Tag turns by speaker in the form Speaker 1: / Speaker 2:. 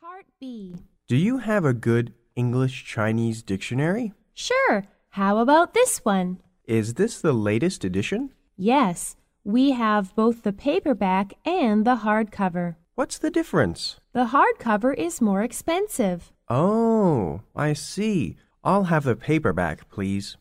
Speaker 1: Part B.
Speaker 2: Do you have a good English Chinese dictionary?
Speaker 1: Sure. How about this one?
Speaker 2: Is this the latest edition?
Speaker 1: Yes, we have both the paperback and the hardcover.
Speaker 2: What's the difference?
Speaker 1: The hardcover is more expensive.
Speaker 2: Oh, I see. I'll have the paperback, please.